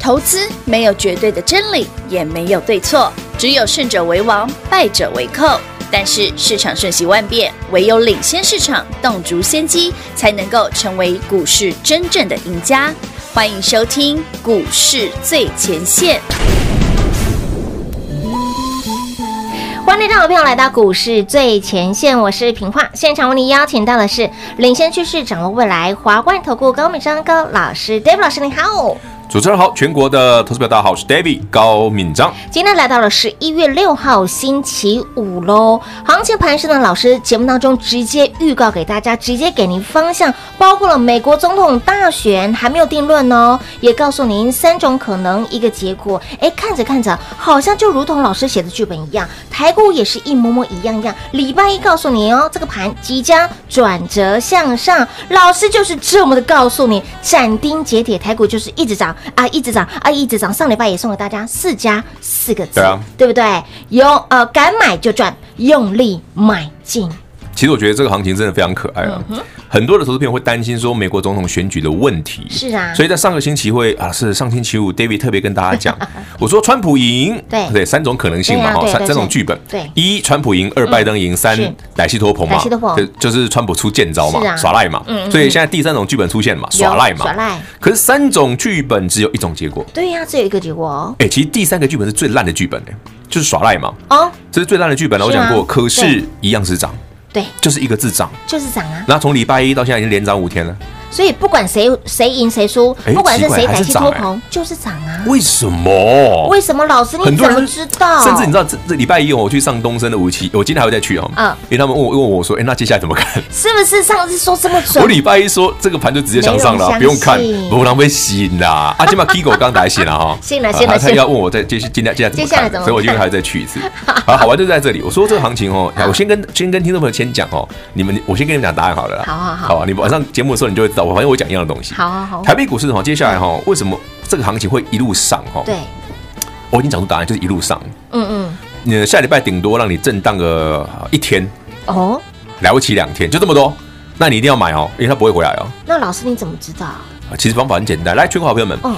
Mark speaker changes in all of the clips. Speaker 1: 投资没有绝对的真理，也没有对错，只有胜者为王，败者为寇。但是市场瞬息万变，唯有领先市场，洞烛先机，才能够成为股市真正的赢家。欢迎收听《股市最前线》。
Speaker 2: 欢迎各位朋友来到股市最前线，我是平化。现场为您邀请到的是领先趋势、掌握未来华冠投顾高敏章高老师，David 老师您好。
Speaker 3: 主持人好，全国的投资表大家好，我是 David 高敏章。
Speaker 2: 今天来到了十一月六号星期五喽，行情盘势呢，老师节目当中直接预告给大家，直接给您方向，包括了美国总统大选还没有定论哦，也告诉您三种可能一个结果。哎，看着看着，好像就如同老师写的剧本一样，台股也是一模模一样样。礼拜一告诉你哦，这个盘即将转折向上，老师就是这么的告诉你，斩钉截铁，台股就是一直涨啊，一直涨啊，一直涨。上礼拜也送给大家四加四个字，
Speaker 3: 对啊
Speaker 2: 不对？有呃，敢买就赚，用力买进，
Speaker 3: 其实我觉得这个行情真的非常可爱啊，
Speaker 2: 嗯
Speaker 3: 很多的投资朋友会担心说美国总统选举的问题，
Speaker 2: 是啊
Speaker 3: 所以在上个星期会啊，是上星期五，David 特别跟大 家讲，我说川普赢，
Speaker 2: 对
Speaker 3: 对，三种可能性
Speaker 2: 对
Speaker 3: 嘛，
Speaker 2: 啊
Speaker 3: 哈，
Speaker 2: 对
Speaker 3: 三
Speaker 2: 对
Speaker 3: 三种
Speaker 2: 对
Speaker 3: 剧本，
Speaker 2: 对嗯
Speaker 3: 一川普赢，二拜登赢，三
Speaker 2: 是
Speaker 3: 奶昔托蓬嘛
Speaker 2: 奶昔托，彭
Speaker 3: 对就是川普出剑招嘛
Speaker 2: 是啊，
Speaker 3: 耍赖嘛，所以现在第三种剧本出现了嘛，耍赖
Speaker 2: 有耍
Speaker 3: 嘛，
Speaker 2: 赖，
Speaker 3: 可是三种剧本只有一种结果，
Speaker 2: 对呀、只有一个结果哦。
Speaker 3: 哎，其实第三个剧本是最烂的剧本哎，就是耍赖嘛，
Speaker 2: 哦，
Speaker 3: 这是最烂的剧本了，我
Speaker 2: 是啊
Speaker 3: 讲过，可
Speaker 2: 对
Speaker 3: 是一样是涨，
Speaker 2: 对，
Speaker 3: 就是一个字涨。
Speaker 2: 就是涨啊。
Speaker 3: 那从礼拜一到现在已经连涨五天了，
Speaker 2: 所以不管谁谁赢谁输，
Speaker 3: 哎
Speaker 2: 不管是谁
Speaker 3: 奇怪
Speaker 2: 逮
Speaker 3: 还
Speaker 2: 起
Speaker 3: 是涨
Speaker 2: 脱棚，就是涨啊。
Speaker 3: 为什么？
Speaker 2: 为什么老师你
Speaker 3: 很多
Speaker 2: 怎
Speaker 3: 人
Speaker 2: 么知道？
Speaker 3: 甚至你知道这这礼拜一哦我去上东升的五期，我今天还会再去哦。
Speaker 2: 嗯
Speaker 3: 因为他们问我问我说，哎，那接下来怎么看？
Speaker 2: 是不是上次说这么准？
Speaker 3: 我礼拜一说这个盘就直接向上
Speaker 2: 没
Speaker 3: 了，
Speaker 2: 人
Speaker 3: 不用看
Speaker 2: 相信，
Speaker 3: 不浪费 心啦。啊，今晚 Kigo 刚打醒了哈，
Speaker 2: 信了
Speaker 3: 啊
Speaker 2: 信了
Speaker 3: 他
Speaker 2: 信了
Speaker 3: 他要问我在接接下来接
Speaker 2: 接下
Speaker 3: 下
Speaker 2: 来
Speaker 3: 来
Speaker 2: 怎么看
Speaker 3: 怎么看，所以我今天还要再去一次。 好，好玩就在这里。我说这个行情哦，我先跟先跟听众朋友先讲哦，你们我先跟你们讲答案好了啦。
Speaker 2: 好好好
Speaker 3: 啊你晚上节目的时候你就会知道，我反正我讲一样的东西。
Speaker 2: 好好好
Speaker 3: 台北股市哈，哦接下来哈，为什么这个行情会一路上哈？
Speaker 2: 对，
Speaker 3: 我已经讲出答案，就是一路上。
Speaker 2: 嗯
Speaker 3: 你下礼拜顶多让你震荡个一天，
Speaker 2: 嗯，哦，
Speaker 3: 了不起两天，就这么多。那你一定要买哦，因为它不会回来哦。
Speaker 2: 那老师你怎么知道？
Speaker 3: 啊其实方法很简单，来，全国好朋友们，
Speaker 2: 嗯，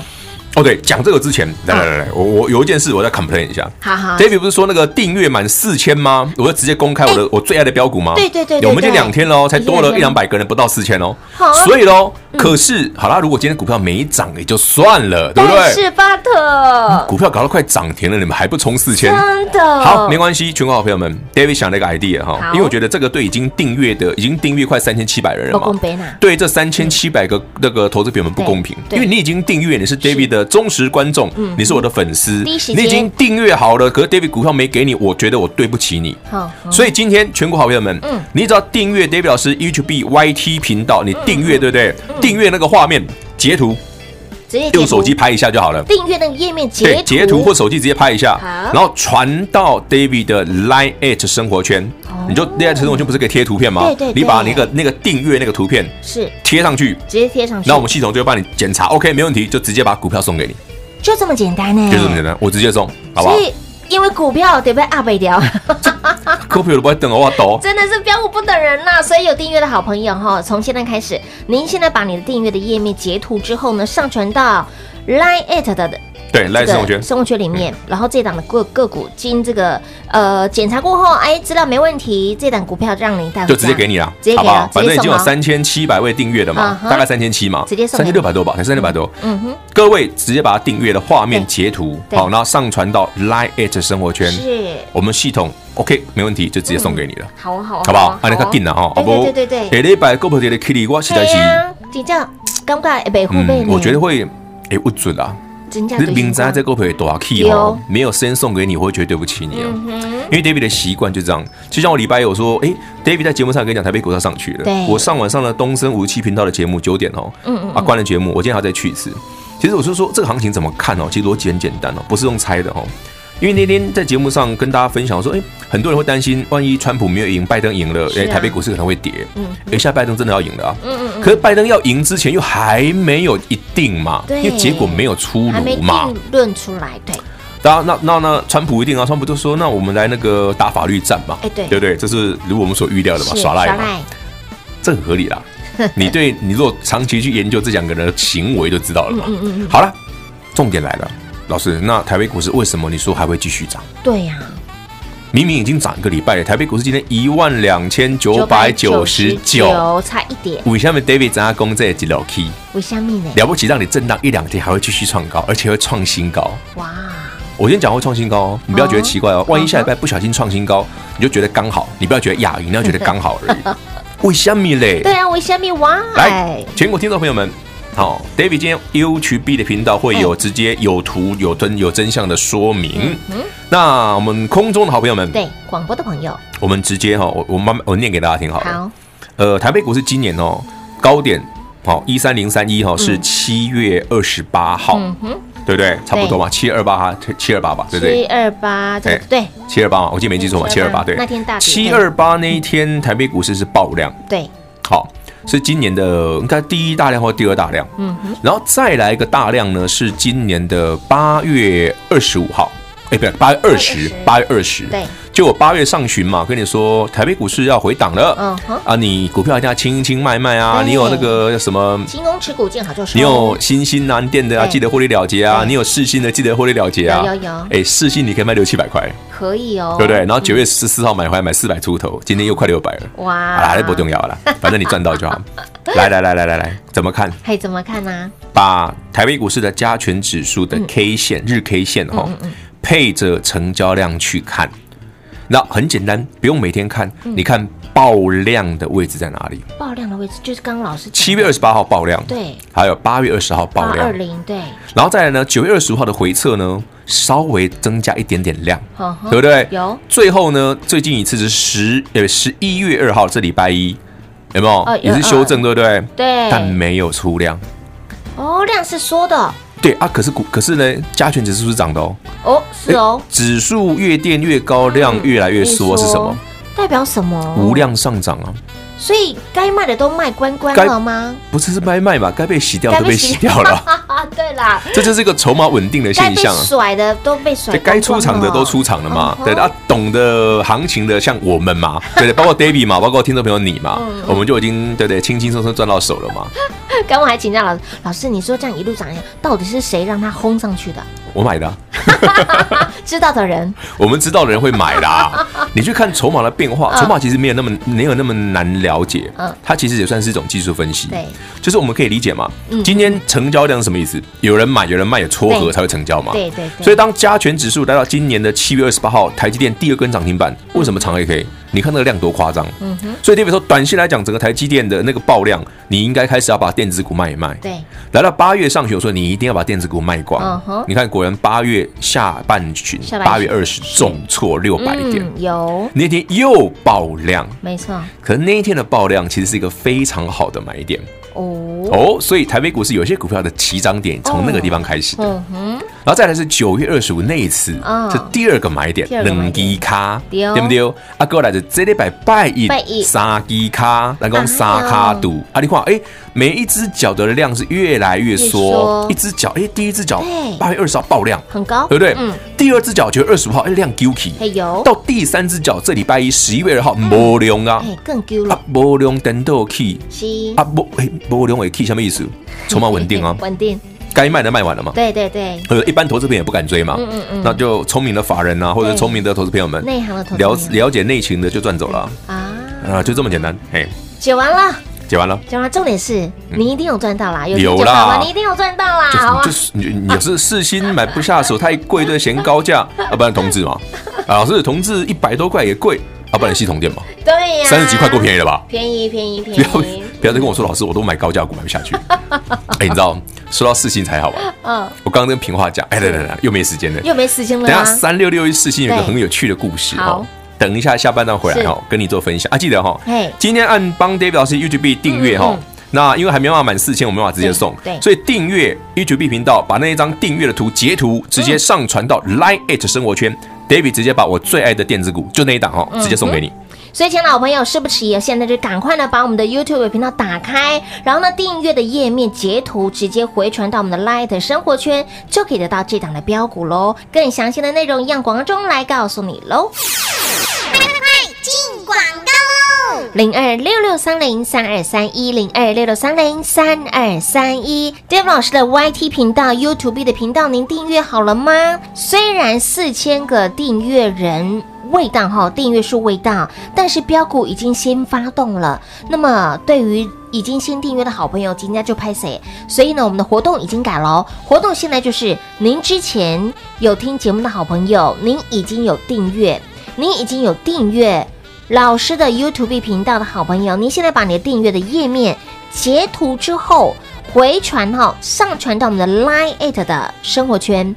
Speaker 3: 哦，对，讲这个之前，来来来来，我我有一件事我再 complain 一下。
Speaker 2: 好好，
Speaker 3: David 不是说那个订阅满四千吗？我就直接公开我的我最爱的标股吗？
Speaker 2: 哎对对对对
Speaker 3: 我们就
Speaker 2: 对
Speaker 3: 两天喽，才多
Speaker 2: 已经
Speaker 3: 了一
Speaker 2: 两天
Speaker 3: 两百个人，不到四千哦
Speaker 2: 好。啊嗯
Speaker 3: 所以喽，可是好啦，如果今天股票没涨也就算了，对不
Speaker 2: 但
Speaker 3: 对？
Speaker 2: 是巴特
Speaker 3: 股票搞到快涨停了，你们还不冲四千？
Speaker 2: 真的
Speaker 3: 好，没关系，全国好朋友们，David 想了一个 idea 哈
Speaker 2: 好，
Speaker 3: 因为我觉得这个对已经订阅的，已经订阅快三千七百人了
Speaker 2: 不公
Speaker 3: 嘛
Speaker 2: 平啊，
Speaker 3: 对这三千七百个那个投资朋友们不公平，
Speaker 2: 嗯对对嗯
Speaker 3: 因为你已经订阅，你是 David 的忠实观众，你是我的粉丝，
Speaker 2: 第一
Speaker 3: 你
Speaker 2: 时间
Speaker 3: 已经订阅好了，可是 David 股票没给你，我觉得我对不起你。
Speaker 2: 好，
Speaker 3: 所以今天全国好朋友们，
Speaker 2: 哦嗯
Speaker 3: 你只要订阅 David 老师 YouTube YT 频道，你订阅对不对？订阅那个画面截图，
Speaker 2: 直嗯接截图
Speaker 3: 用手机拍一下就好了。
Speaker 2: 订阅那个页面截
Speaker 3: 对，
Speaker 2: 图
Speaker 3: 截图或手机直接拍一下
Speaker 2: 好，
Speaker 3: 然后传到 David 的 Line at 生活圈
Speaker 2: 哦，
Speaker 3: 你就 Line at 生活圈不是可以贴图片吗？
Speaker 2: 对对对
Speaker 3: 你把那个那个订阅那个图片
Speaker 2: 是
Speaker 3: 贴上去，
Speaker 2: 直接贴上去，
Speaker 3: 那我们系统就会帮你检查，OK，没问题，就直接把股票送给你，
Speaker 2: 就这么简单呢，
Speaker 3: 就这么简单，我直接送，好不好
Speaker 2: 所？以因为股票啊得被二倍掉。
Speaker 3: 科普都不会等我，我 抖。哦
Speaker 2: 真的是标股不等人呐、所以有订阅的好朋友哈，从现在开始，您现在把你的订阅的页面截图之后呢，上传到 Line at 的
Speaker 3: 对，Line
Speaker 2: 这
Speaker 3: at 生活
Speaker 2: 个
Speaker 3: 圈，
Speaker 2: 生活圈里面，然后这档的个个股经这个呃检查过后，哎，资料没问题，这档股票让您带回家
Speaker 3: 就直接给你啦
Speaker 2: 啊直接，给
Speaker 3: 好
Speaker 2: 啊
Speaker 3: 不好？
Speaker 2: 直接送啊
Speaker 3: 反正已经有三千七百位订阅的嘛
Speaker 2: 嗯，哼
Speaker 3: 大概三千七嘛，
Speaker 2: 直接送
Speaker 3: 三
Speaker 2: 给你
Speaker 3: 千六百多吧，才三千六百多。
Speaker 2: 嗯哼，
Speaker 3: 各位直接把它订阅的画面
Speaker 2: 对
Speaker 3: 截图，
Speaker 2: 对
Speaker 3: 好，然后上传到 Line at 生活圈，
Speaker 2: 是
Speaker 3: 我们系统 OK 没问题，就直接送给你了。
Speaker 2: 好啊好啊
Speaker 3: 好不好？
Speaker 2: 啊
Speaker 3: 安尼较紧啦吼，
Speaker 2: 对对对对对，
Speaker 3: 下礼拜股票跌的 Kitty，我实在是
Speaker 2: 对，啊呀，真正感觉会被护背
Speaker 3: 嗯，我觉得会会不准啊。
Speaker 2: 真正
Speaker 3: 你
Speaker 2: 对
Speaker 3: 明知道这股票会大起哦
Speaker 2: 对，
Speaker 3: 没有先送给你，我会觉得对不起你
Speaker 2: 嗯
Speaker 3: 哦。
Speaker 2: 哼，
Speaker 3: 因为 David 的习惯就这样，就像我礼拜一我说，哎，David 在节目上跟你讲台北股票上去
Speaker 2: 对
Speaker 3: 了，我上晚上的东升五七频道的节目九点哦，
Speaker 2: 嗯嗯
Speaker 3: 啊关了节目，我今天还要再去一次。其实我是说这个行情怎么看哦，其实逻辑很简单哦，不是用猜的哦。因为那天在节目上跟大家分享说，哎，很多人会担心，万一川普没有赢，拜登赢了，
Speaker 2: 是
Speaker 3: 哎，
Speaker 2: 啊
Speaker 3: 台北股市可能会跌。
Speaker 2: 嗯
Speaker 3: 嗯，哎，现在拜登真的要赢了啊。
Speaker 2: 嗯嗯嗯，
Speaker 3: 可是拜登要赢之前又还没有一定嘛，
Speaker 2: 对
Speaker 3: 因为结果没有出
Speaker 2: 还没
Speaker 3: 炉嘛。
Speaker 2: 定论出来，对，
Speaker 3: 当然，那那那川普一定啊，川普就说那我们来那个打法律战嘛，
Speaker 2: 哎对
Speaker 3: 对不对？这是如我们所预料的嘛，耍赖嘛，这很合理 嗯啦。你对你如果长期去研究这两个人的行为就知道了嘛。好了，重点来了，老师，那台北股市为什么你说还会继续涨？
Speaker 2: 对呀、
Speaker 3: 明明已经涨一个礼拜了，台北股市今天一万两千九百九十九。
Speaker 2: 999差一点，
Speaker 3: 为什么 David 在攻这几了 key
Speaker 2: 为虾米呢？
Speaker 3: 了不起，让你震荡一两天还会继续创高，而且会创新高。
Speaker 2: 哇，
Speaker 3: 我先讲会创新高哦，你不要觉得奇怪哦。万一下礼拜不小心创新高，你就觉得刚好，你不要觉得亚于，你要觉得刚好而 已。为什么嘞？
Speaker 2: 对啊，为虾米
Speaker 3: 来
Speaker 2: why？，
Speaker 3: 全国听众朋友们，好、d a v i d 今天 YouTube 的频道会有直接有图有真有真相的说明。
Speaker 2: 嗯，
Speaker 3: 那我们空中的好朋友们，
Speaker 2: 对，广播的朋友，
Speaker 3: 我们直接哈、我我慢慢我念给大家听好了。
Speaker 2: 好，
Speaker 3: 呃，台北股市今年哦高点好一三零三一哈是七月二十八号，
Speaker 2: 嗯哼，
Speaker 3: 对不对？差不多嘛，七二八哈，七二八吧，对不对
Speaker 2: 七？二八，对
Speaker 3: 哎
Speaker 2: 对
Speaker 3: 七二八嘛，我记得没记错嘛，七二八
Speaker 2: 728
Speaker 3: 对。
Speaker 2: 嗯那天大跌
Speaker 3: 七二八那一天，台北股市是爆量，
Speaker 2: 对，
Speaker 3: 好，是今年的应该第一大量或第二大量，
Speaker 2: 嗯哼，
Speaker 3: 然后再来一个大量呢，是今年的八月二十五号，哎，不对，八月二十，八月二十，
Speaker 2: 对，
Speaker 3: 就我八月上旬嘛，跟你说台北股市要回档了，
Speaker 2: 嗯哼
Speaker 3: 啊，你股票一定要清一清卖卖啊，
Speaker 2: 对
Speaker 3: 你有那个什么。
Speaker 2: 金融持股见好就收，
Speaker 3: 你有新兴南电的啊，
Speaker 2: 对
Speaker 3: 记得获利了结啊；
Speaker 2: 对
Speaker 3: 你有世新的，记得获利了结啊。
Speaker 2: 有有有
Speaker 3: 哎，世新你可以卖六七百块，
Speaker 2: 可以哦，
Speaker 3: 对不对？然后九月十四号买回来买四百出头，今天又快六百了。
Speaker 2: 哇，
Speaker 3: 啊，那不重要了，反正你赚到 就好。来来来来来来，怎么看？
Speaker 2: 嘿，怎么看呢？
Speaker 3: 把台北股市的加权指数
Speaker 2: 嗯
Speaker 3: 的 K 线、日 K 线哈、配着成交量去看。那很简单，不用每天看，
Speaker 2: 嗯
Speaker 3: 你看爆量的位置在哪里？
Speaker 2: 爆量的位置就是刚刚老师讲的
Speaker 3: 七月二十八号爆量，
Speaker 2: 对，
Speaker 3: 还有八月二十号爆
Speaker 2: 八
Speaker 3: 量
Speaker 2: 二，零对，
Speaker 3: 然后再来呢，九月二十五号的回撤呢，稍微增加一点点量，
Speaker 2: 呵呵
Speaker 3: 对不对？
Speaker 2: 有
Speaker 3: 最后呢，最近一次是十呃十一月二号，这礼拜一。有没
Speaker 2: 哦
Speaker 3: 有也是
Speaker 2: 有哦
Speaker 3: 修正，对不对？
Speaker 2: 对
Speaker 3: 但没有出量。
Speaker 2: 哦，量是缩的
Speaker 3: 对啊，可是股，可是呢，加权指数是涨的哦。
Speaker 2: 哦，是哦
Speaker 3: 诶，指数越垫越高，量越来越缩是什么？？
Speaker 2: 代表什么？
Speaker 3: 无，量上涨啊，
Speaker 2: 所以该卖的都卖光光
Speaker 3: 该
Speaker 2: 了吗？
Speaker 3: 不是是卖卖嘛，该被洗掉
Speaker 2: 该
Speaker 3: 都被洗掉了，
Speaker 2: 了。 对啦，
Speaker 3: 这就是一个筹码稳定的
Speaker 2: 该
Speaker 3: 现
Speaker 2: 被
Speaker 3: 象啊。
Speaker 2: 甩的都被甩光
Speaker 3: 这
Speaker 2: 光
Speaker 3: 该
Speaker 2: 了，
Speaker 3: 出场的都出场了嘛
Speaker 2: 嗯，哼
Speaker 3: 对啊，懂得行情的像我们嘛，对对，包括 David 嘛，包括听众朋友你嘛
Speaker 2: 嗯，
Speaker 3: 我们就已经对对轻轻松松赚到手了嘛。
Speaker 2: 刚我还请教老师，老师你说这样一路涨，到底是谁让它轰上去的？
Speaker 3: 我买的啊，
Speaker 2: 知道的人
Speaker 3: 我们知道的人会买啦。 你去看筹码的变化，筹码其实没有那么没有那么难了解
Speaker 2: 嗯，
Speaker 3: 它其实也算是一种技术分析。
Speaker 2: 对嗯
Speaker 3: 就是我们可以理解嘛，今天成交量是什么意思？有人买，有人卖，有撮合
Speaker 2: 对
Speaker 3: 才会成交嘛。
Speaker 2: 对对对，
Speaker 3: 所以当加权指数来到今年的七月二十八号，台积电第二根涨停板，为什么长 A K？你看那个量多夸张。
Speaker 2: 嗯哼，
Speaker 3: 所以这边说，短线来讲，整个台积电的那个爆量，你应该开始要把电子股卖一卖。
Speaker 2: 对，
Speaker 3: 来到八月上旬，我说你一定要把电子股卖
Speaker 2: 嗯
Speaker 3: 光
Speaker 2: 哼。
Speaker 3: 你看，果然八月下半旬
Speaker 2: 下，半
Speaker 3: 八
Speaker 2: 旬
Speaker 3: 月二十重挫六百点，
Speaker 2: 嗯，有，
Speaker 3: 那天又爆量。
Speaker 2: 没错，
Speaker 3: 可是那一天的爆量其实是一个非常好的买点
Speaker 2: 哦，
Speaker 3: 哦，所以台北股市有些股票的起涨点从那个地方开始的，
Speaker 2: 嗯哼，
Speaker 3: 然后再来是九月二十五那一次
Speaker 2: 嗯，
Speaker 3: 是第二个买点
Speaker 2: 第二，个买点
Speaker 3: 两基卡，
Speaker 2: 对哦
Speaker 3: 对不对？啊，过来是这礼拜拜一
Speaker 2: 拜一啊
Speaker 3: 三基卡，然后三卡赌，啊，你看，哎，每一只脚的量是越来越
Speaker 2: 越缩
Speaker 3: 缩，一只脚，哎，第一只脚
Speaker 2: 对
Speaker 3: 八月二十号爆量，
Speaker 2: 很高，
Speaker 3: 对不对
Speaker 2: 嗯，？
Speaker 3: 第二只脚九月二十五号，哎，量 g u c
Speaker 2: 嘿
Speaker 3: i
Speaker 2: 有，
Speaker 3: 到第三只脚这礼拜一十一月二号无量啊，
Speaker 2: 嘿更丢
Speaker 3: 啊
Speaker 2: 了，
Speaker 3: 无量等到去，
Speaker 2: 是，
Speaker 3: 啊无哎无量会去什么意思？筹码稳定啊
Speaker 2: 稳定，
Speaker 3: 该卖的卖完了嘛。
Speaker 2: 对对对，
Speaker 3: 呃，一般投资朋友也不敢追嘛，
Speaker 2: 嗯嗯嗯
Speaker 3: 那就聪明的法人啊，或者
Speaker 2: 对
Speaker 3: 聪明的投资朋友们，
Speaker 2: 内行的投资
Speaker 3: 了
Speaker 2: 朋友
Speaker 3: 了解内情的就赚走了啊
Speaker 2: 啊，
Speaker 3: 啊，就这么简单。哎，
Speaker 2: 解完了。
Speaker 3: 解完了，
Speaker 2: 讲完重点是你一定有赚到啦，有
Speaker 3: 嗯有
Speaker 2: 听就
Speaker 3: 啦
Speaker 2: 好啊你一定有赚到啦，好啊
Speaker 3: 就，是你就是你你有时四星买不下手，太贵对嫌高价，要不然同志嘛，啊，老师同志一百多块也贵，要不然系统店嘛，
Speaker 2: 对呀，
Speaker 3: 三十几块够便宜了吧？
Speaker 2: 便宜，便宜，
Speaker 3: 不
Speaker 2: 便
Speaker 3: 要
Speaker 2: 宜，
Speaker 3: 不要再跟我说老师，我都买高价股买不 下去。哎，你知道说到四星才好玩，
Speaker 2: 嗯，
Speaker 3: 我刚刚跟平话讲，哎，来来来，又没时间了。
Speaker 2: 又没时间了
Speaker 3: 等一下
Speaker 2: 啊，
Speaker 3: 三六六一四星有一个
Speaker 2: 对
Speaker 3: 很有趣的故事
Speaker 2: 好
Speaker 3: 哦。等一下下半段回来哦，跟你做分享啊！记得哈
Speaker 2: 嘿，
Speaker 3: 今天按帮 David 老师 YouTube 订阅
Speaker 2: 嗯
Speaker 3: 哈
Speaker 2: 嗯。
Speaker 3: 那因为还没办法满四千，我没办法直接送，
Speaker 2: 对对
Speaker 3: 所以订阅 YouTube 频道，把那一张订阅的图截图，直接上传到
Speaker 2: 嗯
Speaker 3: Line at 生活圈，David 直接把我最爱的电子股，就那一档
Speaker 2: 嗯
Speaker 3: 哦，直接送给你。
Speaker 2: 所以，亲爱的老朋友，事不迟疑，现在就赶快呢把我们的 YouTube 频道打开，然后呢订阅的页面截图直接回传到我们的 Light 生活圈，就可以得到这档的标股喽。更详细的内容一样，广告中来告诉你喽。
Speaker 4: 进广告喽！
Speaker 2: 零二六六三零三二三一零二六六三零三二三一。Dave 老师的 YT 频道、YouTube 的频道，您订阅好了吗？虽然四千个订阅人。味道哈，订阅数味道，但是标股已经先发动了。那么对于已经先订阅的好朋友，今天就拍谁？所以呢，我们的活动已经改了哦，活动现在就是您之前有听节目的好朋友，您已经有订阅，您已经有订阅老师的 YouTube 频道的好朋友，您现在把你的订阅的页面截图之后回传哈、上传到我们的 Line at 的生活圈。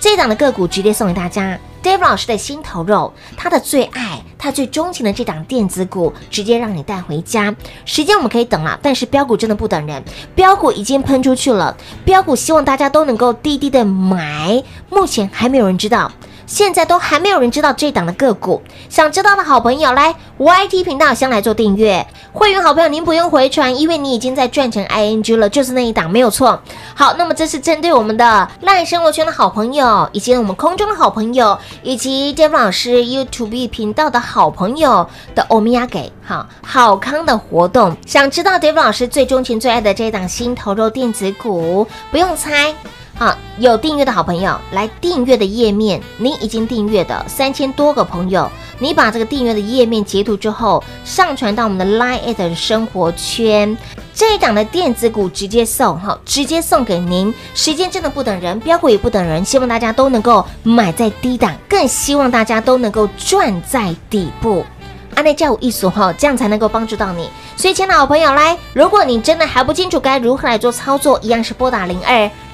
Speaker 2: 这档的个股直接送给大家。Dave 老师的心头肉，他的最爱，他最钟情的这档电子股，直接让你带回家。时间我们可以等了，但是标股真的不等人，标股已经喷出去了。标股希望大家都能够低低的买，目前还没有人知道，现在都还没有人知道这档的个股。想知道的好朋友来 YT 频道先来做订阅，会员好朋友您不用回传，因为你已经在赚成 ING 了，就是那一档没有错。好，那么这是针对我们的赖生活圈的好朋友，以及我们空中的好朋友，以及 Dave 老师 YouTube 频道的好朋友的欧米亚给好好康的活动。想知道 Dave 老师最钟情、最爱的这一档新投入电子股，不用猜。好，啊有订阅的好朋友来订阅的页面，您已经订阅的三千多个朋友，你把这个订阅的页面截图之后，上传到我们的 Line at 生活圈，这一档的电子股直接送哈，直接送给您。时间真的不等人，标股也不等人，希望大家都能够买在低档，更希望大家都能够赚在底部。安内教务一所哈，这样才能够帮助到你。所以，亲爱的好朋友来，如果你真的还不清楚该如何来做操作，一样是拨打零二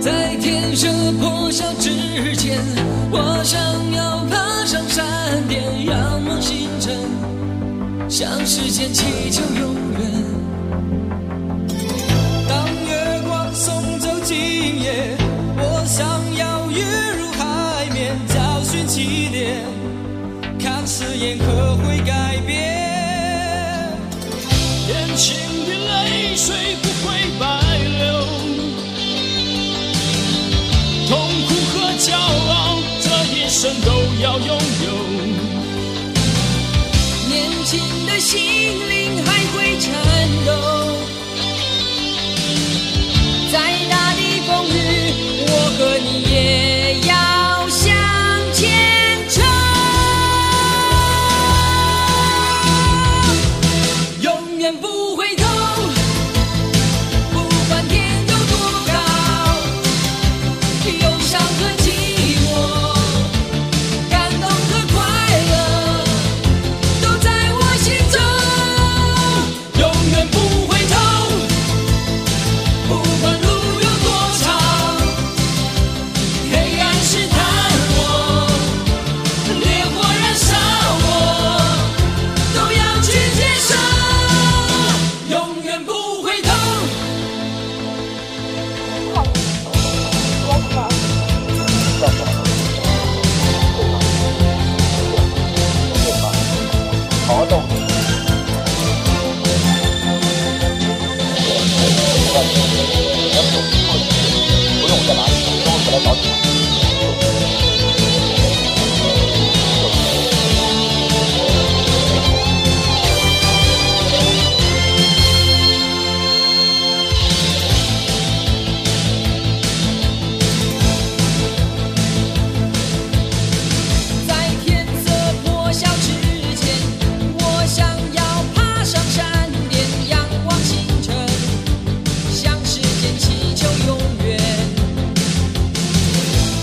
Speaker 5: 在天色破晓之前，我想要爬上山巅，仰望星辰，向时间祈求永远。当月光送走今夜，我想要跃入海面，找寻起点，看誓言可会改变。眼前的泪水不会白流。痛苦和骄傲，这一生都要拥有。年轻的心灵还会颤抖，再大的风雨，我和你也要向前冲。永远不回头，不管天有多高。忧伤和寂寞，感动和快乐，都在我心中。在天色破晓之前，我想要爬上山巅，仰望星辰，向时间祈求永远。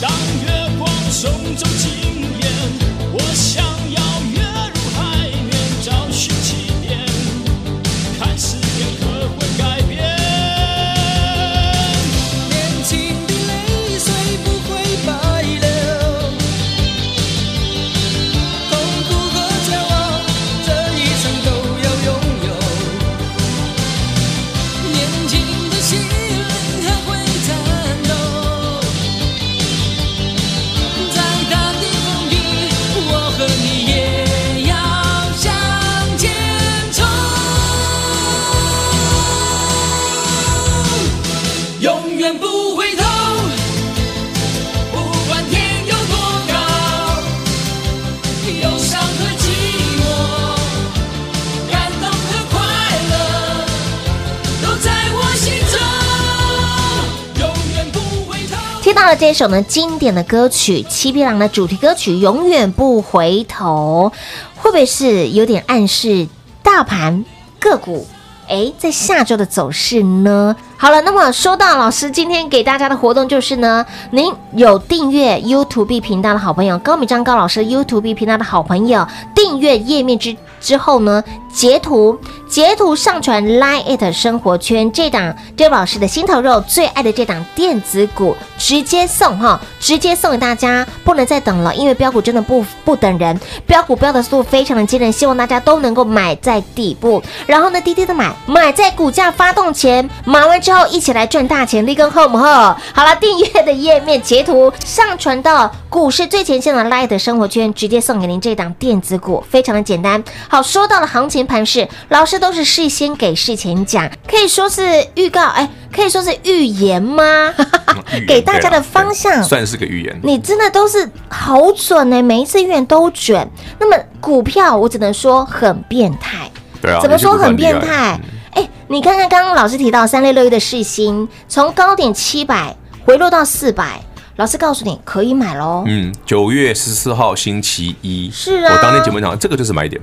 Speaker 5: 当月光送走今夜，我想要跃入海面，找寻起点，看时间可会改变。年轻的泪水不会白流。痛苦和骄傲，这一生都要拥有。年轻的心灵还会颤抖，再大的风雨，我和你也要向前冲。永远不回头，不管天有多高。忧伤和寂寞，感动和快乐，都在我心中，永远不回头。
Speaker 2: 听到了这首呢经典的歌曲《七匹狼》的主题歌曲《永远不回头》，会不会是有点暗示大盘个股？哎，在下周的走势呢？好了，那么说到老师今天给大家的活动就是呢，您有订阅 YouTube 频道的好朋友，高米张高老师 YouTube 频道的好朋友，订阅页面之之后呢，截图截图上传 Line at 生活圈这档 Dave 老师的心头肉最爱的这档电子股，直接送哈，直接送给大家，不能再等了，因为标股真的不不等人，标股标的速度非常的惊人，希望大家都能够买在底部，然后呢，低低的买，买在股价发动前，买完之后一起来赚大钱，立根 home 哈。好了，订阅的页面截图上传到股市最前线的 Light 生活圈，直接送给您这档电子股，非常的简单。好，说到了行情盘势，老师都是事先给事前讲，可以说是预告，哎，可以说是预言吗？
Speaker 3: 预
Speaker 2: 嗯
Speaker 3: 言
Speaker 2: 给大家
Speaker 3: 对
Speaker 2: 的
Speaker 3: 啦
Speaker 2: 方
Speaker 3: 对
Speaker 2: 向。
Speaker 3: 算是个预言。
Speaker 2: 你真的都是好准呢、欸每一次预言都准。那么股票，我只能说很变态。
Speaker 3: 对啊，
Speaker 2: 怎么说很
Speaker 3: 你这
Speaker 2: 变
Speaker 3: 个很厉
Speaker 2: 态
Speaker 3: 害？
Speaker 2: 哎、你看看刚刚老师提到三六六一的世星，从高点七百回落到四百，老师告诉你可以买喽。
Speaker 3: 嗯，九月十四号星期一，
Speaker 2: 是啊
Speaker 3: 我当天节目讲，这个就是买点，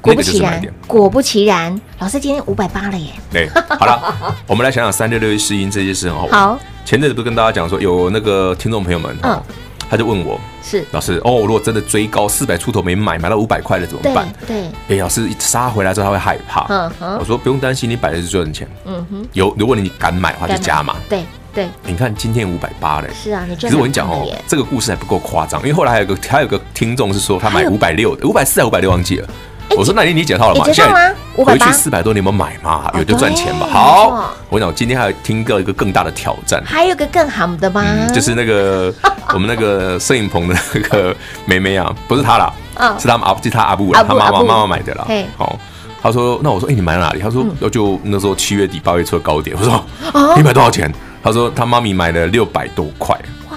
Speaker 2: 果
Speaker 3: 那
Speaker 2: 不
Speaker 3: 个就
Speaker 2: 其
Speaker 3: 是买
Speaker 2: 然
Speaker 3: 点。，
Speaker 2: 果不其然，老师今天五百八了耶！
Speaker 3: 对，好了， 我们来想想三六六一试音这件事很好玩。
Speaker 2: 好，
Speaker 3: 前阵子不是跟大家讲说，有那个听众朋友们，
Speaker 2: 嗯
Speaker 3: 哦他就问我，
Speaker 2: 是
Speaker 3: 老师，哦，如果真的追高四百出头没买，买到五百块了怎么
Speaker 2: 对
Speaker 3: 办？
Speaker 2: 对，
Speaker 3: 哎，老师杀回来之后他会害怕。
Speaker 2: 嗯哼
Speaker 3: 我说不用担心，你摆的是赚钱。
Speaker 2: 嗯哼，
Speaker 3: 有，如果你敢买的话就加码。
Speaker 2: 对对，
Speaker 3: 你看今天五百八嘞，
Speaker 2: 是啊，你
Speaker 3: 可
Speaker 2: 赚
Speaker 3: 是
Speaker 2: 了
Speaker 3: 我跟你讲哦，这个故事还不够夸张，因为后来还有个还有个听众是说他买五百六的，五百四还五百六忘记了。我说那哎你你解套了
Speaker 2: 你
Speaker 3: 吗？
Speaker 2: 解套
Speaker 3: 现在
Speaker 2: 吗580
Speaker 3: 回去四百哦多，你有没有买嘛？有就赚钱吧。
Speaker 2: 对没错
Speaker 3: 好，我跟你讲今天还有听到一个更大的挑战，
Speaker 2: 还有个更好的吗？
Speaker 3: 嗯，就是那个
Speaker 2: 啊
Speaker 3: 我们那个摄影棚的那个妹妹啊，不是她啦，
Speaker 2: 嗯
Speaker 3: 是他们阿是她阿布
Speaker 2: 阿
Speaker 3: 啦，
Speaker 2: 布
Speaker 3: 她妈
Speaker 2: 阿
Speaker 3: 妈
Speaker 2: 布
Speaker 3: 妈妈买的啦
Speaker 2: 嘿。嗯
Speaker 3: 好，她说那我说哎、你买哪里？她说哦就那时候七月底八月初的高点，我说、
Speaker 2: 啊
Speaker 3: 你买多少钱？她说她妈咪买了六百多块。
Speaker 2: 哇，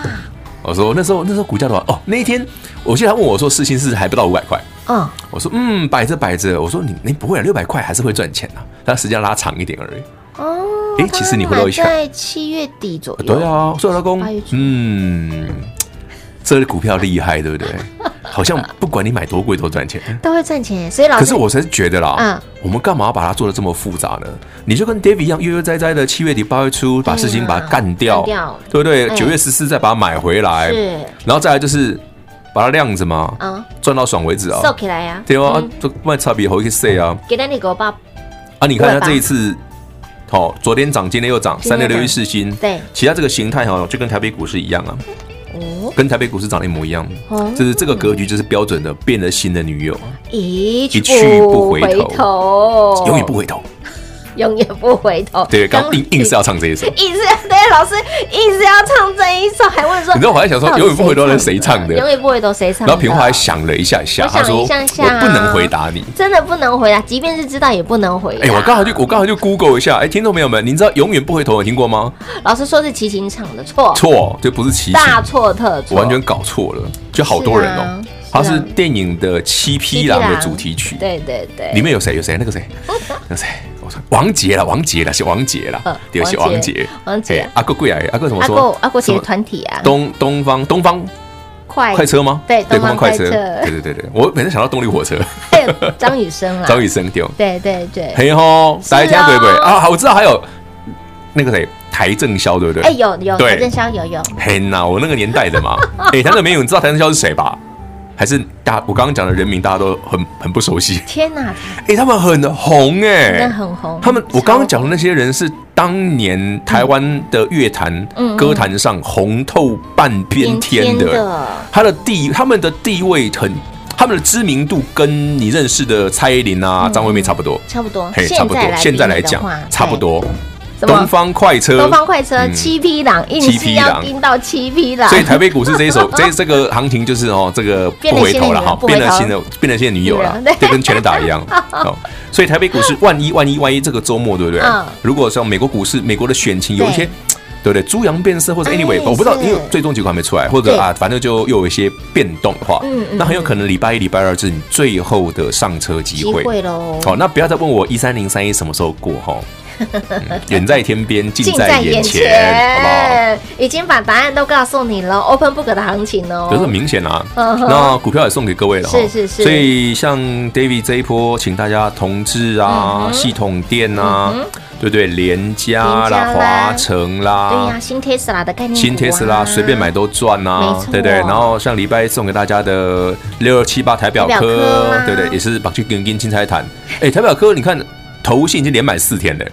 Speaker 3: 我说那时候那时候股价多少？哦，那一天我记得他问我说，四星是还不到五百块。
Speaker 2: 嗯，
Speaker 3: 我说嗯，摆着摆着，我说你你不会啊，六百块还是会赚钱啊，但时间拉长一点而已。
Speaker 2: 哦，
Speaker 3: 诶其实你回头一看
Speaker 2: 大概在七月底左右，
Speaker 3: 对，啊，所以老公
Speaker 2: 八月初，
Speaker 3: 嗯，这股票厉害，对 不对？好像不管你买多贵都赚钱。
Speaker 2: 都会赚钱，所以老师，
Speaker 3: 可是我才是觉得啦，
Speaker 2: 嗯
Speaker 3: 我们干嘛把它做的这么复杂呢？你就跟 David 一样悠悠哉哉的，七月底八月初把事情把它干掉，
Speaker 2: 嗯干掉
Speaker 3: 对不对？
Speaker 2: 哎
Speaker 3: 九、月十四再把它买回来，
Speaker 2: 是
Speaker 3: 然后再来就是把它晾着嘛，
Speaker 2: 嗯
Speaker 3: 赚到爽为止啊。
Speaker 2: 瘦起来呀、
Speaker 3: 对啊，这卖差别好一些啊！
Speaker 2: 给到你给我爸，
Speaker 3: 啊，你看
Speaker 2: 对
Speaker 3: 它
Speaker 2: 吧
Speaker 3: 这一次，好、昨天涨，今天又涨，
Speaker 2: 今
Speaker 3: 三
Speaker 2: 天
Speaker 3: 六
Speaker 2: 又涨
Speaker 3: 六一四星，
Speaker 2: 对，
Speaker 3: 其他这个形态哈、就跟台北股市一样啊，
Speaker 2: 哦，
Speaker 3: 跟台北股市长得一模一样
Speaker 2: 哦，
Speaker 3: 就是这个格局，就是标准的变了心的女友，
Speaker 2: 一
Speaker 3: 去不回头
Speaker 2: 头
Speaker 3: 永远不回头。
Speaker 2: 永远不回头。
Speaker 3: 对，刚
Speaker 2: 然
Speaker 3: 硬
Speaker 2: 后
Speaker 3: 硬是要唱 这一首。
Speaker 2: 一直对老师一直要唱这一首，还问说，
Speaker 3: 你知道我还想说
Speaker 2: 到底
Speaker 3: 永远不回头的
Speaker 2: 谁
Speaker 3: 谁唱的
Speaker 2: 永远不回头谁唱的？
Speaker 3: 然后平花还想了一下下，
Speaker 2: 我想了
Speaker 3: 他说：“
Speaker 2: 一下下
Speaker 3: 我不能回答你。
Speaker 2: 真的不能回答，即便是知道也不能回”答。
Speaker 3: 哎，我刚好就我刚好就 Google 一下，哎，听众朋友们，您知道“永远不回头”有听过吗？
Speaker 2: 老师说是齐秦唱的错，
Speaker 3: 错，这不是奇
Speaker 2: 大错特错，
Speaker 3: 我完全搞错了，就好多人哦。
Speaker 2: 是啊
Speaker 3: 它
Speaker 2: 是啊
Speaker 3: 是电影的《七匹狼》的主题曲，
Speaker 2: 对对对，
Speaker 3: 里面有谁？有谁？那个谁？那个谁？我说王杰了，王杰了，是王杰
Speaker 2: 嗯
Speaker 3: 了，对，是
Speaker 2: 王
Speaker 3: 王
Speaker 2: 杰
Speaker 3: 杰。
Speaker 2: 王杰
Speaker 3: 哎阿哥贵啊，阿哥怎么
Speaker 2: 阿
Speaker 3: 说
Speaker 2: 过？阿过
Speaker 3: 什
Speaker 2: 写
Speaker 3: 么
Speaker 2: 团体啊，
Speaker 3: 东东方东方
Speaker 2: 快
Speaker 3: 快车吗？
Speaker 2: 哎对东方快车
Speaker 3: 对对对对，我每次想到动力火 车，
Speaker 2: 还有 张雨生啦，
Speaker 3: 张雨生丢。
Speaker 2: 对对对，
Speaker 3: 嘿吼，
Speaker 2: 是
Speaker 3: 大家听
Speaker 2: 哦
Speaker 3: 对不对？啊，好我知道还有那个谁，邰正宵对不
Speaker 2: 哎
Speaker 3: 对？
Speaker 2: 有有
Speaker 3: 对
Speaker 2: 台正宵有有，
Speaker 3: 嘿呐，我那个年代的 嘛。哎，谭正没有，你知道谭正宵是谁吧？还是大我刚刚讲的人名，大家都很很不熟悉。
Speaker 2: 天哪，
Speaker 3: 哎，他们很
Speaker 2: 真
Speaker 3: 红
Speaker 2: 的
Speaker 3: 哎，
Speaker 2: 很红。
Speaker 3: 他们我刚刚
Speaker 2: 超
Speaker 3: 讲的那些人是当年台湾的乐坛
Speaker 2: 嗯、
Speaker 3: 歌坛上红透半边天的。他的地，他们的地位很，他们的知名度跟你认识的蔡依林
Speaker 2: 嗯
Speaker 3: 啊、张惠妹差不多，
Speaker 2: 差不多，
Speaker 3: 嘿，差不多。现在来
Speaker 2: 比拟的
Speaker 3: 讲
Speaker 2: 话，
Speaker 3: 差不。多。
Speaker 2: 对什么
Speaker 3: 东方快车，
Speaker 2: 东方快车
Speaker 3: 嗯
Speaker 2: 七匹狼，硬
Speaker 3: 七
Speaker 2: 是
Speaker 3: 匹
Speaker 2: 要
Speaker 3: 狼
Speaker 2: 盯到七匹 狼，
Speaker 3: 所以台北股市这一手， 这这个行情就是哦，这个不回头了哈，
Speaker 2: 变
Speaker 3: 变
Speaker 2: 了
Speaker 3: 了
Speaker 2: 新
Speaker 3: 新
Speaker 2: 的
Speaker 3: 的变了新的女友 了
Speaker 2: 女友，
Speaker 3: 就跟全垒打 一样哦。所以台北股市万一万一万一这个周末对不对
Speaker 2: 嗯？
Speaker 3: 如果像美国股市，美国的选情有一些
Speaker 2: 对。
Speaker 3: 对不对？猪羊变色，或者
Speaker 2: 哎
Speaker 3: anyway，我不知道，
Speaker 2: 是
Speaker 3: 因为最终结果还没出来，或
Speaker 2: 对
Speaker 3: 者啊，反正就又有一些变动的话
Speaker 2: 嗯嗯，
Speaker 3: 那很有可能礼拜一、礼拜二是你最后的上车机
Speaker 2: 机
Speaker 3: 会。
Speaker 2: 会喽。
Speaker 3: 好，那不要再问我一三零三一什么时候过 哈，嗯远在天边，近在眼前，好不好？
Speaker 2: 已经把答案都告诉你了，Open Book 的行情哦，
Speaker 3: 这是很明显啊。
Speaker 2: 嗯 哼
Speaker 3: 那股票也送给各位了哈，
Speaker 2: 是是是
Speaker 3: 所以像 David 这一波，请大家同志
Speaker 2: 嗯
Speaker 3: 啊、系统店啊，对对，联
Speaker 2: 联
Speaker 3: 家
Speaker 2: 家
Speaker 3: 啦、
Speaker 2: 啦
Speaker 3: 华城
Speaker 2: 对
Speaker 3: 呀
Speaker 2: 呀，。新 Tesla 的概念股啊，
Speaker 3: 新 Tesla 随便买都赚
Speaker 2: 没
Speaker 3: 呐
Speaker 2: 错，
Speaker 3: 对不对？然后像礼拜一送给大家的六二七八台表
Speaker 2: 台表科
Speaker 3: 科
Speaker 2: 啦，
Speaker 3: 对不对？也是把去跟跟金钗谈。哎，台表科，你看投信已经连买四 天了。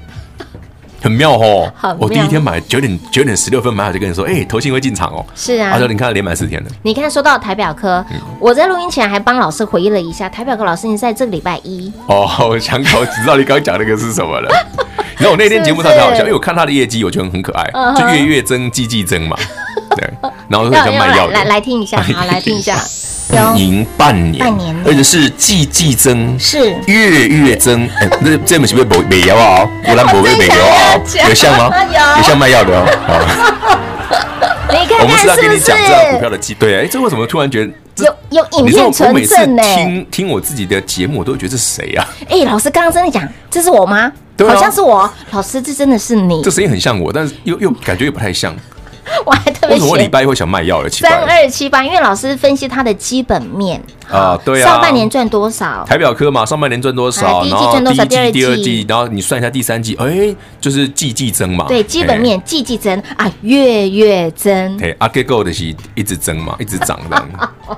Speaker 3: 很妙哦
Speaker 2: 很妙！
Speaker 3: 我第一天买九点九点十六分买好就跟你说，哎、投信会进场哦。
Speaker 2: 是啊
Speaker 3: 他说、，你看连买四天了，
Speaker 2: 你看，说到台表科，
Speaker 3: 嗯
Speaker 2: 我在录音前还帮老师回忆了一下，台表科老师，你在这个礼拜一，
Speaker 3: 哦，我想搞，知道你刚刚讲那个是 什么了。你知道我那天节目上太好笑，因为我看他的业绩，我觉得很可爱
Speaker 2: 嗯，
Speaker 3: 就
Speaker 2: 哼
Speaker 3: 月月增，季 季增嘛。对，然后就很像卖药
Speaker 2: 来来
Speaker 3: 的，哎
Speaker 2: 来听一下，好，来听一下，有
Speaker 3: 赢半年，
Speaker 2: 半年
Speaker 3: 而且是季季增，
Speaker 2: 是
Speaker 3: 月 月增。哎，那这本是不是美美药啊？我兰博会美药啊？有像吗？
Speaker 2: 有
Speaker 3: 有像卖药的 哦。好
Speaker 2: 你
Speaker 3: 哎
Speaker 2: 看
Speaker 3: 我们是
Speaker 2: 看
Speaker 3: 要
Speaker 2: 是
Speaker 3: 跟
Speaker 2: 不
Speaker 3: 你讲这样股
Speaker 2: 是
Speaker 3: 票？的基，对，哎，这为什么突然觉得这？
Speaker 2: 有有影
Speaker 3: 你知道
Speaker 2: 片欸
Speaker 3: 我
Speaker 2: 存
Speaker 3: 每次
Speaker 2: 证呢。
Speaker 3: 听听我自己的节目，我都会觉得这是谁啊？
Speaker 2: 哎，老师刚刚真的讲，这是我吗？
Speaker 3: 对啊
Speaker 2: 好像是我，老师这真的是你
Speaker 3: 这，声音很像我，但是又又感觉又不太像。
Speaker 2: 我还特
Speaker 3: 为
Speaker 2: 别
Speaker 3: 什么我礼
Speaker 2: 写
Speaker 3: 拜一会想卖药了？奇
Speaker 2: 三
Speaker 3: 怪，
Speaker 2: 二七八，因为老师分析它的基本面
Speaker 3: 啊对啊
Speaker 2: 上半年赚多少？
Speaker 3: 台表科嘛，上半年赚多
Speaker 2: 啊
Speaker 3: 少？
Speaker 2: 第一季
Speaker 3: 然后
Speaker 2: 赚多少
Speaker 3: 第
Speaker 2: 第
Speaker 3: 一季、第
Speaker 2: 二
Speaker 3: 二
Speaker 2: 季
Speaker 3: 季，然后你算一下第三季，哎，就是季季增嘛。
Speaker 2: 对，基本面
Speaker 3: 哎
Speaker 2: 季季增啊，月月增
Speaker 3: 哎。，哎，阿 G Go 的是一直增嘛，一直涨的，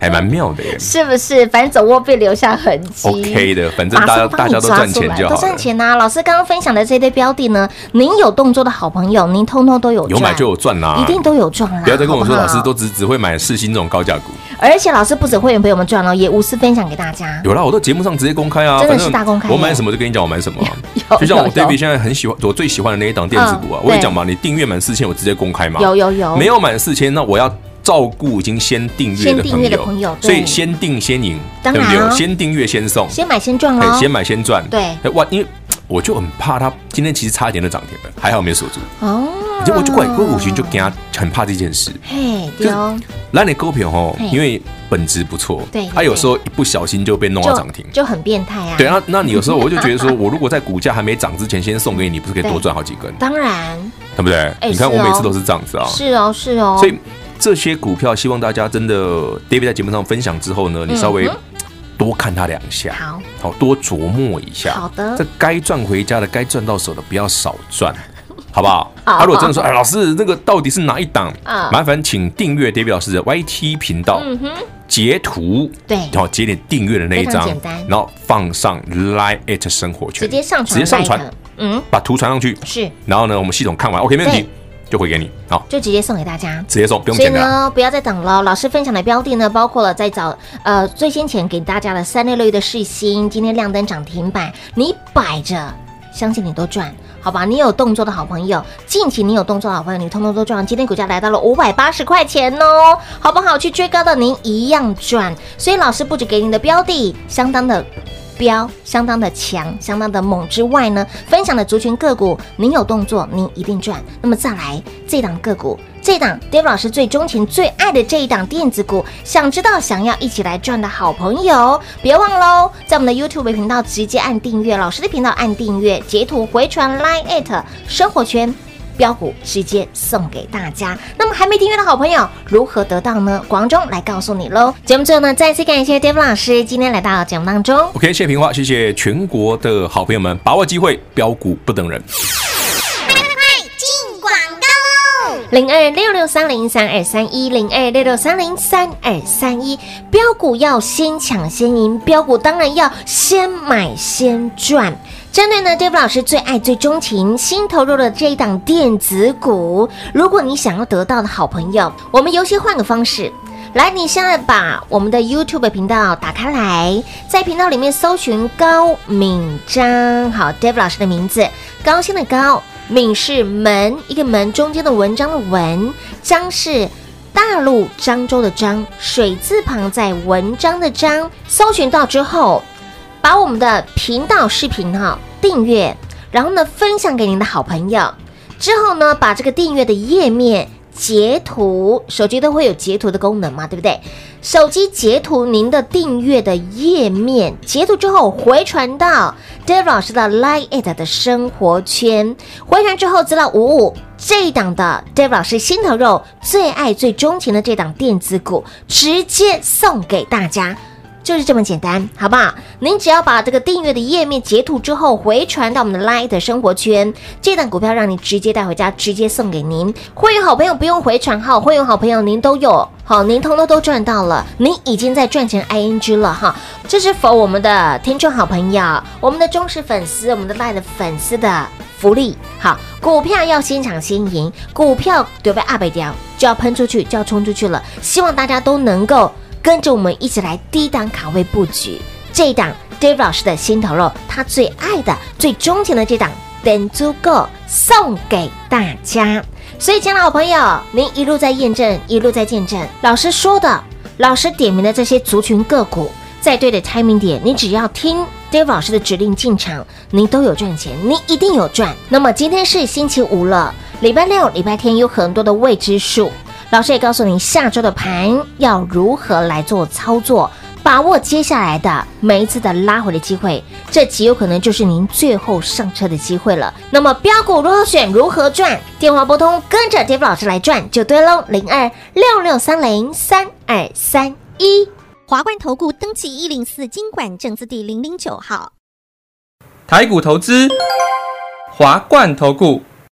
Speaker 3: 还蛮妙的耶。
Speaker 2: 是不是？反正总握被留下痕迹。
Speaker 3: OK 的，反正大
Speaker 2: 马
Speaker 3: 家
Speaker 2: 上帮
Speaker 3: 大
Speaker 2: 你
Speaker 3: 家都
Speaker 2: 抓
Speaker 3: 赚
Speaker 2: 出
Speaker 3: 钱
Speaker 2: 来，
Speaker 3: 就
Speaker 2: 都
Speaker 3: 好
Speaker 2: 赚
Speaker 3: 了。
Speaker 2: 钱呐、老师刚刚分享的这堆标的呢，您有动作的好朋友，您通通都有
Speaker 3: 有
Speaker 2: 赚
Speaker 3: 买就有赚啦，
Speaker 2: 一定都有赚啦。
Speaker 3: 不要再跟我说
Speaker 2: 好
Speaker 3: 老
Speaker 2: 不好
Speaker 3: 师都只只会买四星这种高价股，
Speaker 2: 而且老师不止会员朋友们赚了，也无私分享给大家。
Speaker 3: 有啦，我在节目上直接公开啊，
Speaker 2: 真的
Speaker 3: 反
Speaker 2: 是
Speaker 3: 正
Speaker 2: 大公开耶
Speaker 3: 我买什么就跟你讲我买什么啊
Speaker 2: 有，
Speaker 3: 就像我
Speaker 2: 有有
Speaker 3: David 现在很喜欢我最喜欢的那一档电子股啊
Speaker 2: 嗯，
Speaker 3: 我也
Speaker 2: 对
Speaker 3: 讲嘛，你订阅满四千我直接公开嘛，
Speaker 2: 有有有，
Speaker 3: 没有满四千，那我要照顾已经先订阅
Speaker 2: 先
Speaker 3: 的
Speaker 2: 订
Speaker 3: 朋
Speaker 2: 阅的
Speaker 3: 友，
Speaker 2: 朋友对
Speaker 3: 所以先订先赢，
Speaker 2: 当然
Speaker 3: 对不对
Speaker 2: 啊
Speaker 3: 先订阅先送，
Speaker 2: 先买先赚喽
Speaker 3: 哎，先买先赚。
Speaker 2: 对
Speaker 3: 哎，哇，因为我就很怕它今天其实差一点就涨停了，还好没锁住。
Speaker 2: 哦。
Speaker 3: 就我就怪郭股群就给他很怕这件事。
Speaker 2: 嘿，对哦，
Speaker 3: 那你股票哦
Speaker 2: 嘿，
Speaker 3: 因为本质不错，
Speaker 2: 对对
Speaker 3: 它有时候一不小心就被弄到
Speaker 2: 就
Speaker 3: 涨停。
Speaker 2: 就很变态啊。
Speaker 3: 对，那那你有时候我就觉 得说，我如果在股价还没涨之前先送给你，不是可以多赚好几根，
Speaker 2: 当然
Speaker 3: 对不对？你看
Speaker 2: 是
Speaker 3: 我
Speaker 2: 哦
Speaker 3: 每次哎都是这样子啊。
Speaker 2: 是哦，是哦。
Speaker 3: 所以这些股票，希望大家真的 David 在节目上分享之后呢，你稍微多看它两下，
Speaker 2: 嗯好，
Speaker 3: 好多琢磨一下。
Speaker 2: 好的
Speaker 3: 这该赚回家的，该赚到手的，不要少 赚。好不好？
Speaker 2: 好
Speaker 3: 啊，如果真的说，哎，老师，那个到底是哪一档
Speaker 2: 嗯？
Speaker 3: 麻烦请订阅 David 老师的 YT 频道，
Speaker 2: 嗯哼，
Speaker 3: 截图，
Speaker 2: 对
Speaker 3: 然后截点订阅的那
Speaker 2: 非
Speaker 3: 一
Speaker 2: 常
Speaker 3: 张
Speaker 2: 简单，
Speaker 3: 然后放上 Line at 生活圈，
Speaker 2: 直接上传，
Speaker 3: 直接上传，，
Speaker 2: 嗯，
Speaker 3: 把图传上去，
Speaker 2: 是，
Speaker 3: 然后呢，我们系统看完，OK，没问题
Speaker 2: 对，
Speaker 3: 就回给你，好，
Speaker 2: 就直接送给大家。
Speaker 3: 直接送，不用
Speaker 2: 所以
Speaker 3: 剪的啊啦。
Speaker 2: 呢，不要再等了。老师分享的标的呢，包括了在早呃最先前给大家的三六六的世新，今天亮灯涨停板，你摆着。相信你都赚，好吧？你有动作的好朋友，近期你有动作的好朋友，你通通都赚。今天股价来到了五百八十块钱哦，好不好？去追高的您一样赚。所以老师不止给你的标的相当的。标相当的强，相当的猛之外呢，分享的族群个股，您有动作，您一定赚。那么再来这档个股，这档 Dave 老师最钟情、最爱的这一档电子股，想知道、想要一起来赚的好朋友，别忘喽，在我们的 YouTube 频道直接按订阅，老师的频道按订阅，截图回传 Line at 生活圈。标股直接送给大家。那么还没订阅的好朋友，如何得到呢？广中来告诉你喽。节目最后呢，再次感谢 Dave 老师今天来到节目当中。
Speaker 3: OK，谢谢平花，谢谢全国的好朋友们，把握机会，标股不等人。
Speaker 6: 进广告喽！
Speaker 2: 零二六六三零三二三一零二六六三零三二三一，标股要先抢先赢，标股当然要先买先赚。针对呢，Dave 老师最爱、最钟情、新投入的这一档电子股，如果你想要得到的好朋友，我们游戏换个方式。来，你现在把我们的 YouTube 频道打开来，在频道里面搜寻高敏章，好，Dave 老师的名字，高薪的高，敏是门，一个门中间的文章的文，章是大陆漳州的漳，水字旁在文章的章，搜寻到之后，把我们的频道视频哈、订阅，然后呢分享给您的好朋友，之后呢把这个订阅的页面截图，手机都会有截图的功能嘛，对不对？手机截图您的订阅的页面，截图之后回传到 Dave 老师的 Line It 的生活圈，回传之后资料五五。这一档的 Dave 老师心头肉最爱最钟情的这档电子股，直接送给大家。就是这么简单，好不好？您只要把这个订阅的页面截图之后，回传到我们的 Light 的生活圈，这档股票让你直接带回家，直接送给您。会员好朋友不用回传号，会员好朋友您都有，好，您通通都赚到了，您已经在赚钱 ING 了哈。这是否我们的听众好朋友，我们的忠实粉丝，我们的 Light 的粉丝的福利。好，股票要先抢先赢，股票对不对？二百条就要喷出去，就要冲出去了。希望大家都能够跟着我们一起来低档卡位布局这一档 Dave 老师的心头肉，他最爱的、最钟情的这档等足够送给大家。所以，亲爱的好朋友，您一路在验证，一路在见证老师说的，老师点名的这些族群个股，在对的 timing 点，你只要听 Dave 老师的指令进场，您都有赚钱，您一定有赚。那么今天是星期五了，礼拜六、礼拜天有很多的未知数，老师也告诉您下周的盘要如何来做操作。把握接下来的每一次的拉回的机会，这极有可能就是您最后上车的机会了。那么标股如何选，如何赚？电话拨通，跟着 Dave 老师来赚就对喽，零二六六三零三二三一。
Speaker 4: 华冠投顾登记一零四经管证字第零零九号。
Speaker 7: 台股投资，华冠投顾。